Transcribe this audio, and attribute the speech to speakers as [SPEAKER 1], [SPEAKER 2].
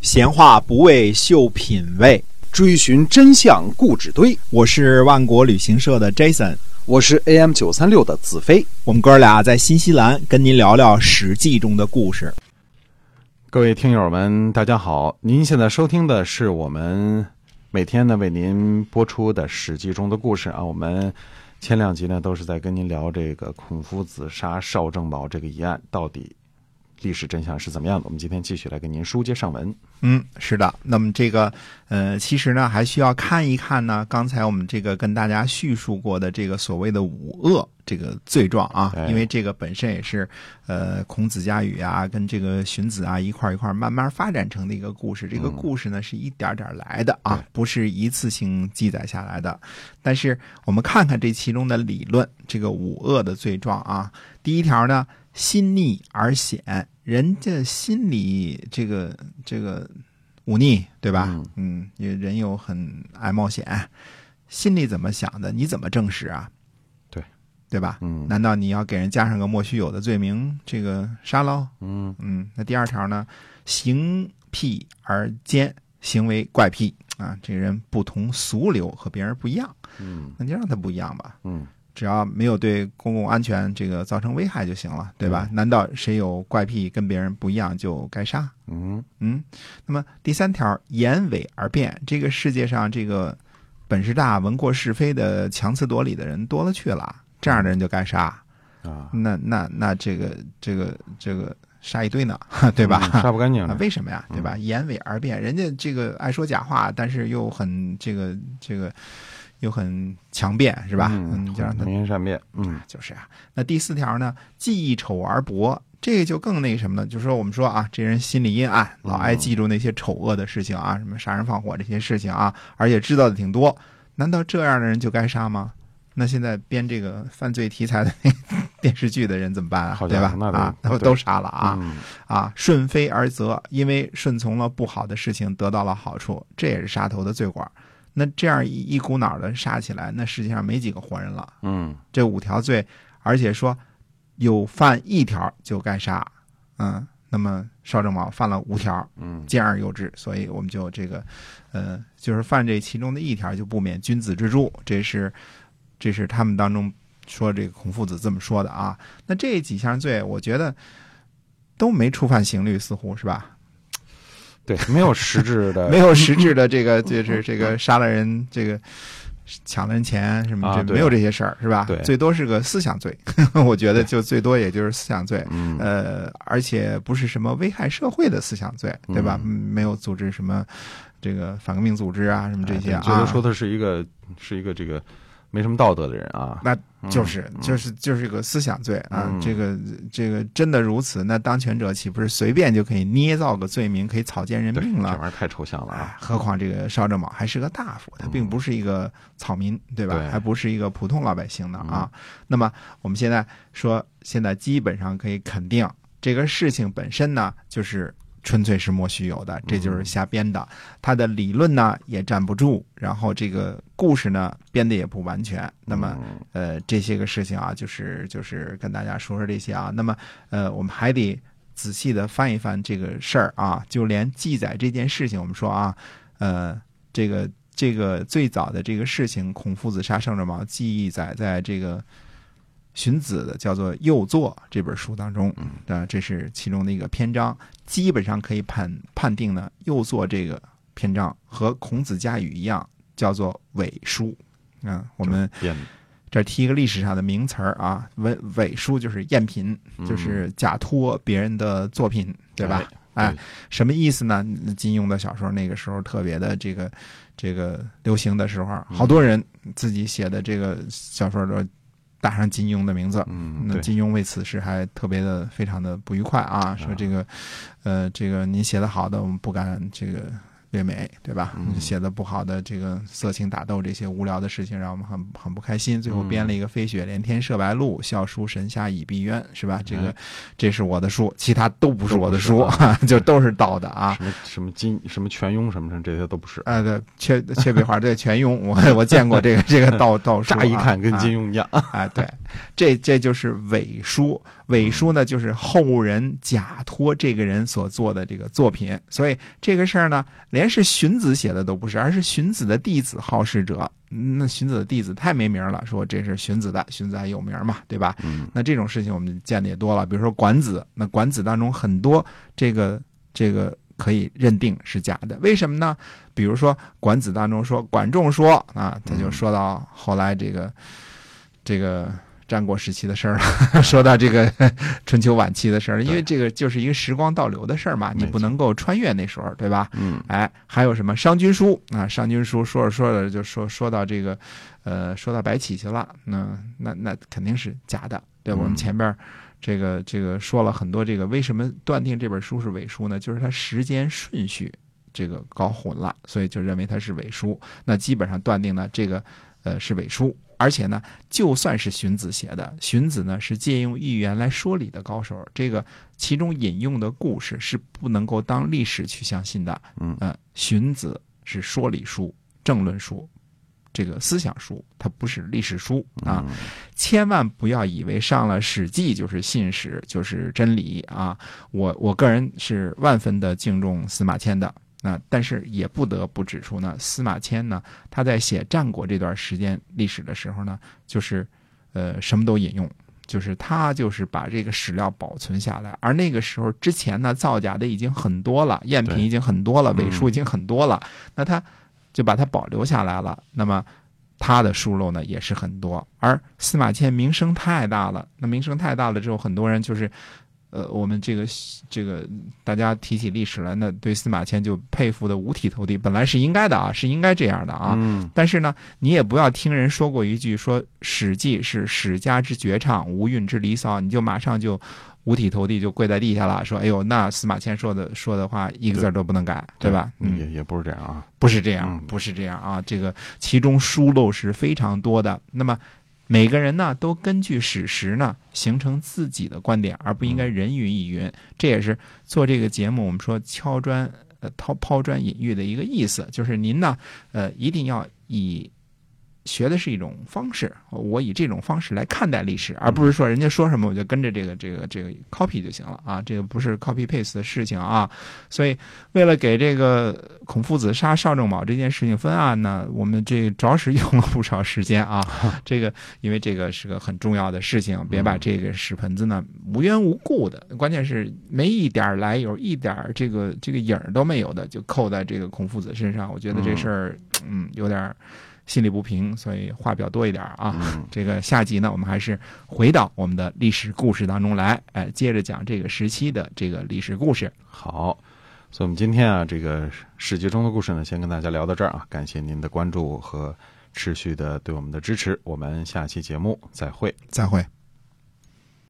[SPEAKER 1] 闲话不为秀品味，
[SPEAKER 2] 追寻真相故纸堆。
[SPEAKER 1] 我是万国旅行社的 Jason，
[SPEAKER 2] 我是 AM 九三六的子飞。
[SPEAKER 1] 我们哥俩在新西兰跟您聊聊《史记》中的故事。
[SPEAKER 2] 各位听友们，大家好！您现在收听的是我们每天呢为您播出的《史记》中的故事啊。我们前两集呢都是在跟您聊这个孔夫子杀邵正宝这个疑案到底历史真相是怎么样的。我们今天继续来跟您书接上文。
[SPEAKER 1] 嗯，是的。那么这个，呃，其实呢，还需要看一看呢。刚才我们这个跟大家叙述过的这个所谓的五恶这个罪状啊
[SPEAKER 2] 对，
[SPEAKER 1] 因为这个本身也是，呃，孔子家语啊，跟这个荀子啊一块儿一块儿慢慢发展成的一个故事。这个故事呢是一点点儿来的啊，不是一次性记载下来的。但是我们看看这其中的理论，这个五恶的罪状啊，第一条呢，心逆而显，人家心里这个这个忤逆，对吧？嗯，也人又很爱冒险，心里怎么想的，你怎么证实啊？
[SPEAKER 2] 对，
[SPEAKER 1] 对吧？
[SPEAKER 2] 嗯
[SPEAKER 1] 难道你要给人加上个莫须有的罪名，这个杀喽？
[SPEAKER 2] 嗯
[SPEAKER 1] 嗯，那第二条呢？行僻而奸，行为怪癖啊，这个人不同俗流，和别人不一样，
[SPEAKER 2] 嗯
[SPEAKER 1] 那就让他不一样吧。
[SPEAKER 2] 嗯，
[SPEAKER 1] 只要没有对公共安全这个造成危害就行了，对吧？难道谁有怪癖跟别人不一样就该杀？
[SPEAKER 2] 嗯
[SPEAKER 1] 嗯，那么第三条，言伪而辩，这个世界上这个本事大、闻过是非的、强词夺理的人多了去了，这样的人就该杀。
[SPEAKER 2] 啊，
[SPEAKER 1] 那那那这个这个这个杀一堆呢， 对吧？
[SPEAKER 2] 嗯杀不干净
[SPEAKER 1] 啊
[SPEAKER 2] 了，
[SPEAKER 1] 为什么呀？对吧？言伪而辩，人家这个爱说假话，但是又很这个这个又很强辩，是
[SPEAKER 2] 是
[SPEAKER 1] 吧？
[SPEAKER 2] 嗯，
[SPEAKER 1] 就让他
[SPEAKER 2] 明言善辩。嗯
[SPEAKER 1] 就是啊。那第四条呢，记忆丑而薄，这个就更那什么了，就说我们说啊，这人心理阴暗，老
[SPEAKER 2] 嗯
[SPEAKER 1] 爱记住那些丑恶的事情啊，什么杀人放火这些事情啊，而且知道的挺多。难道这样的人就该杀吗？那现在编这个犯罪题材的 电视剧的人怎么办啊？
[SPEAKER 2] 好家
[SPEAKER 1] 对吧
[SPEAKER 2] 伙？那得
[SPEAKER 1] 啊，那不
[SPEAKER 2] 对
[SPEAKER 1] 都杀了啊？
[SPEAKER 2] 嗯
[SPEAKER 1] 啊，顺非而责，因为顺从了不好的事情，得到了好处，这也是杀头的罪过。那这样一一股脑的杀起来，那世界上没几个活人了。
[SPEAKER 2] 嗯
[SPEAKER 1] 这五条罪，而且说有犯一条就该杀，嗯，那么邵正宝犯了五条，
[SPEAKER 2] 嗯
[SPEAKER 1] 兼而有之，所以我们就这个，呃，就是犯这其中的一条就不免君子之诛，这是这是他们当中说这个孔夫子这么说的啊。那这几项罪，我觉得都没触犯刑律，似乎是吧？
[SPEAKER 2] 对，没有实质的，
[SPEAKER 1] 没有实质的这个就是这个杀了人这个。抢了人钱什么
[SPEAKER 2] 啊
[SPEAKER 1] 这
[SPEAKER 2] 对
[SPEAKER 1] 没有这些事儿是吧？
[SPEAKER 2] 对
[SPEAKER 1] 最多是个思想罪， 我觉得就最多也就是思想罪，
[SPEAKER 2] 嗯
[SPEAKER 1] 呃，而且不是什么危害社会的思想罪，对
[SPEAKER 2] 嗯
[SPEAKER 1] 吧？没有组织什么这个反革命组织啊什么这些
[SPEAKER 2] 哎觉得
[SPEAKER 1] 啊，
[SPEAKER 2] 说他是一个是一个这个没什么道德的人啊。
[SPEAKER 1] 那就是就是就是个思想罪啊
[SPEAKER 2] 嗯。
[SPEAKER 1] 这个这个真的如此，那当权者岂不是随便就可以捏造个罪名，可以草菅人
[SPEAKER 2] 对，
[SPEAKER 1] 命
[SPEAKER 2] 这玩
[SPEAKER 1] 了
[SPEAKER 2] 意？儿太抽象了啊。嗯
[SPEAKER 1] 哎何况这个邵正宝还是个大夫，他并不是一个草民，对吧？
[SPEAKER 2] 对嗯
[SPEAKER 1] 还不是一个普通老百姓呢啊。那么我们现在说，现在基本上可以肯定，这个事情本身呢，就是纯粹是莫须有的，这
[SPEAKER 2] 嗯
[SPEAKER 1] 就是瞎编的。他的理论呢也站不住，然后这个故事呢编的也不完全。那
[SPEAKER 2] 嗯
[SPEAKER 1] 么呃，这些个事情啊，就是就是跟大家说说这些啊。那么呃，我们还得仔细的翻一翻这个事儿啊，就连记载这件事情，我们说啊，呃，这个这个最早的这个事情，孔夫子杀胜者毛记载在这个荀子的叫做《右作》这本书当中，啊，这是其中的一个篇章，基本上可以判判定呢，《右作》这个篇章和孔子家语一样，叫做伪书。嗯，我们
[SPEAKER 2] 编
[SPEAKER 1] 这儿提一个历史上的名词儿啊，伪伪书就是赝品，
[SPEAKER 2] 嗯
[SPEAKER 1] 就是假托别人的作品，对吧？
[SPEAKER 2] 哎
[SPEAKER 1] 哎
[SPEAKER 2] 对，
[SPEAKER 1] 什么意思呢？金庸的小说那个时候特别的这个这个流行的时候，
[SPEAKER 2] 嗯
[SPEAKER 1] 好多人自己写的这个小说都打上金庸的名字。
[SPEAKER 2] 嗯，
[SPEAKER 1] 那
[SPEAKER 2] 对，
[SPEAKER 1] 金庸为此事还特别的非常的不愉快啊，说这个，呃，这个您写的好的，我们不敢这个略美，对吧？写的不好的这个色情打斗这些无聊的事情，让我们很很不开心。最后编了一个“飞雪连天射白鹿，笑书神侠倚碧鸳”，是吧？这个这是我的书，其他哎都不是我的书， 就都是盗的啊。
[SPEAKER 2] 什么什么金什么全庸什么什么这些都不是，
[SPEAKER 1] 啊，对，缺缺笔画，对，全用我 我见过这 个这个盗盗书啊，
[SPEAKER 2] 乍一看 跟
[SPEAKER 1] 啊
[SPEAKER 2] 金庸一样。
[SPEAKER 1] 啊，对，这这就是伪书。伪书呢就是后人假托这个人所做的这个作品，所以这个事儿呢，连是荀子写的都不是，而是荀子的弟子好事者。嗯那荀子的弟子太没名儿了，说这是荀子的，荀子还有名儿嘛，对吧？
[SPEAKER 2] 嗯
[SPEAKER 1] 那这种事情我们见的也多了，比如说管子，那管子当中很多这个这个可以认定是假的，为什么呢？比如说管子当中说管仲说啊，他就说到后来这个这个战国时期的事儿了， 说到这个春秋晚期的事儿，因为这个就是一个时光倒流的事儿嘛，你
[SPEAKER 2] 没
[SPEAKER 1] 不能够穿越那时候，对吧？
[SPEAKER 2] 嗯
[SPEAKER 1] 哎，还有什么《商君书》啊，《商君书》说着说着就说说到这个，呃，说到白起去了，那那那肯定是假的。对，
[SPEAKER 2] 嗯
[SPEAKER 1] 我们前边儿这个这个说了很多，这个为什么断定这本书是伪书呢？就是它时间顺序这个搞混了，所以就认为它是伪书。那基本上断定呢，这个呃是伪书。而且呢，就算是荀子写的，荀子呢是借用寓言来说理的高手，这个其中引用的故事是不能够当历史去相信的。
[SPEAKER 2] 嗯
[SPEAKER 1] 呃，荀子是说理书、政论书，这个思想书，它不是历史书啊。
[SPEAKER 2] 嗯
[SPEAKER 1] 千万不要以为上了《史记》就是信史，就是真理啊！我我个人是万分的敬重司马迁的。那但是也不得不指出呢，司马迁呢，他在写战国这段时间历史的时候呢，就是，呃，什么都引用，就是他就是把这个史料保存下来。而那个时候之前呢，造假的已经很多了，赝品
[SPEAKER 2] 对
[SPEAKER 1] 已经很多了，
[SPEAKER 2] 嗯
[SPEAKER 1] 伪书已经很多了，那他就把它保留下来了。那么他的疏漏呢也是很多。而司马迁名声太大了，那名声太大了之后，很多人就是，呃，我们这个这个大家提起历史来，那对司马迁就佩服的五体投地，本来是应该的啊，是应该这样的啊。
[SPEAKER 2] 嗯
[SPEAKER 1] 但是呢，你也不要听人说过一句说《史记》是史家之绝唱，无韵之离骚，你就马上就五体投地就跪在地下了，说：“哎呦，那司马迁说的说的话一个字儿都不能改，对吧？”嗯。
[SPEAKER 2] 也也不是这样啊，
[SPEAKER 1] 不是这样
[SPEAKER 2] 嗯，
[SPEAKER 1] 不是这样啊！这个其中疏漏是非常多的。那么每个人呢，都根据史实呢形成自己的观点，而不应该人云亦云。这也是做这个节目，我们说敲砖呃抛抛砖引玉的一个意思，就是您呢呃一定要以。学的是一种方式，我以这种方式来看待历史，而不是说人家说什么我就跟着这个这个这个 copy 就行了啊，这个不是 copy paste 的事情啊。所以，为了给这个孔夫子杀邵正卯这件事情分案呢，我们这着实用了不少时间啊。这个因为这个是个很重要的事情，别把这个屎盆子呢无缘无故的，关键是没一点儿来由，一点儿这个这个影儿都没有的，就扣在这个孔夫子身上。我觉得这事儿，嗯，有点儿心里不平，所以话比较多一点儿啊。
[SPEAKER 2] 嗯
[SPEAKER 1] 这个下集呢，我们还是回到我们的历史故事当中来，哎，接着讲这个时期的这个历史故事。
[SPEAKER 2] 好，所以我们今天啊，这个史记中的故事呢，先跟大家聊到这儿啊，感谢您的关注和持续的对我们的支持，我们下期节目再会。
[SPEAKER 1] 再会。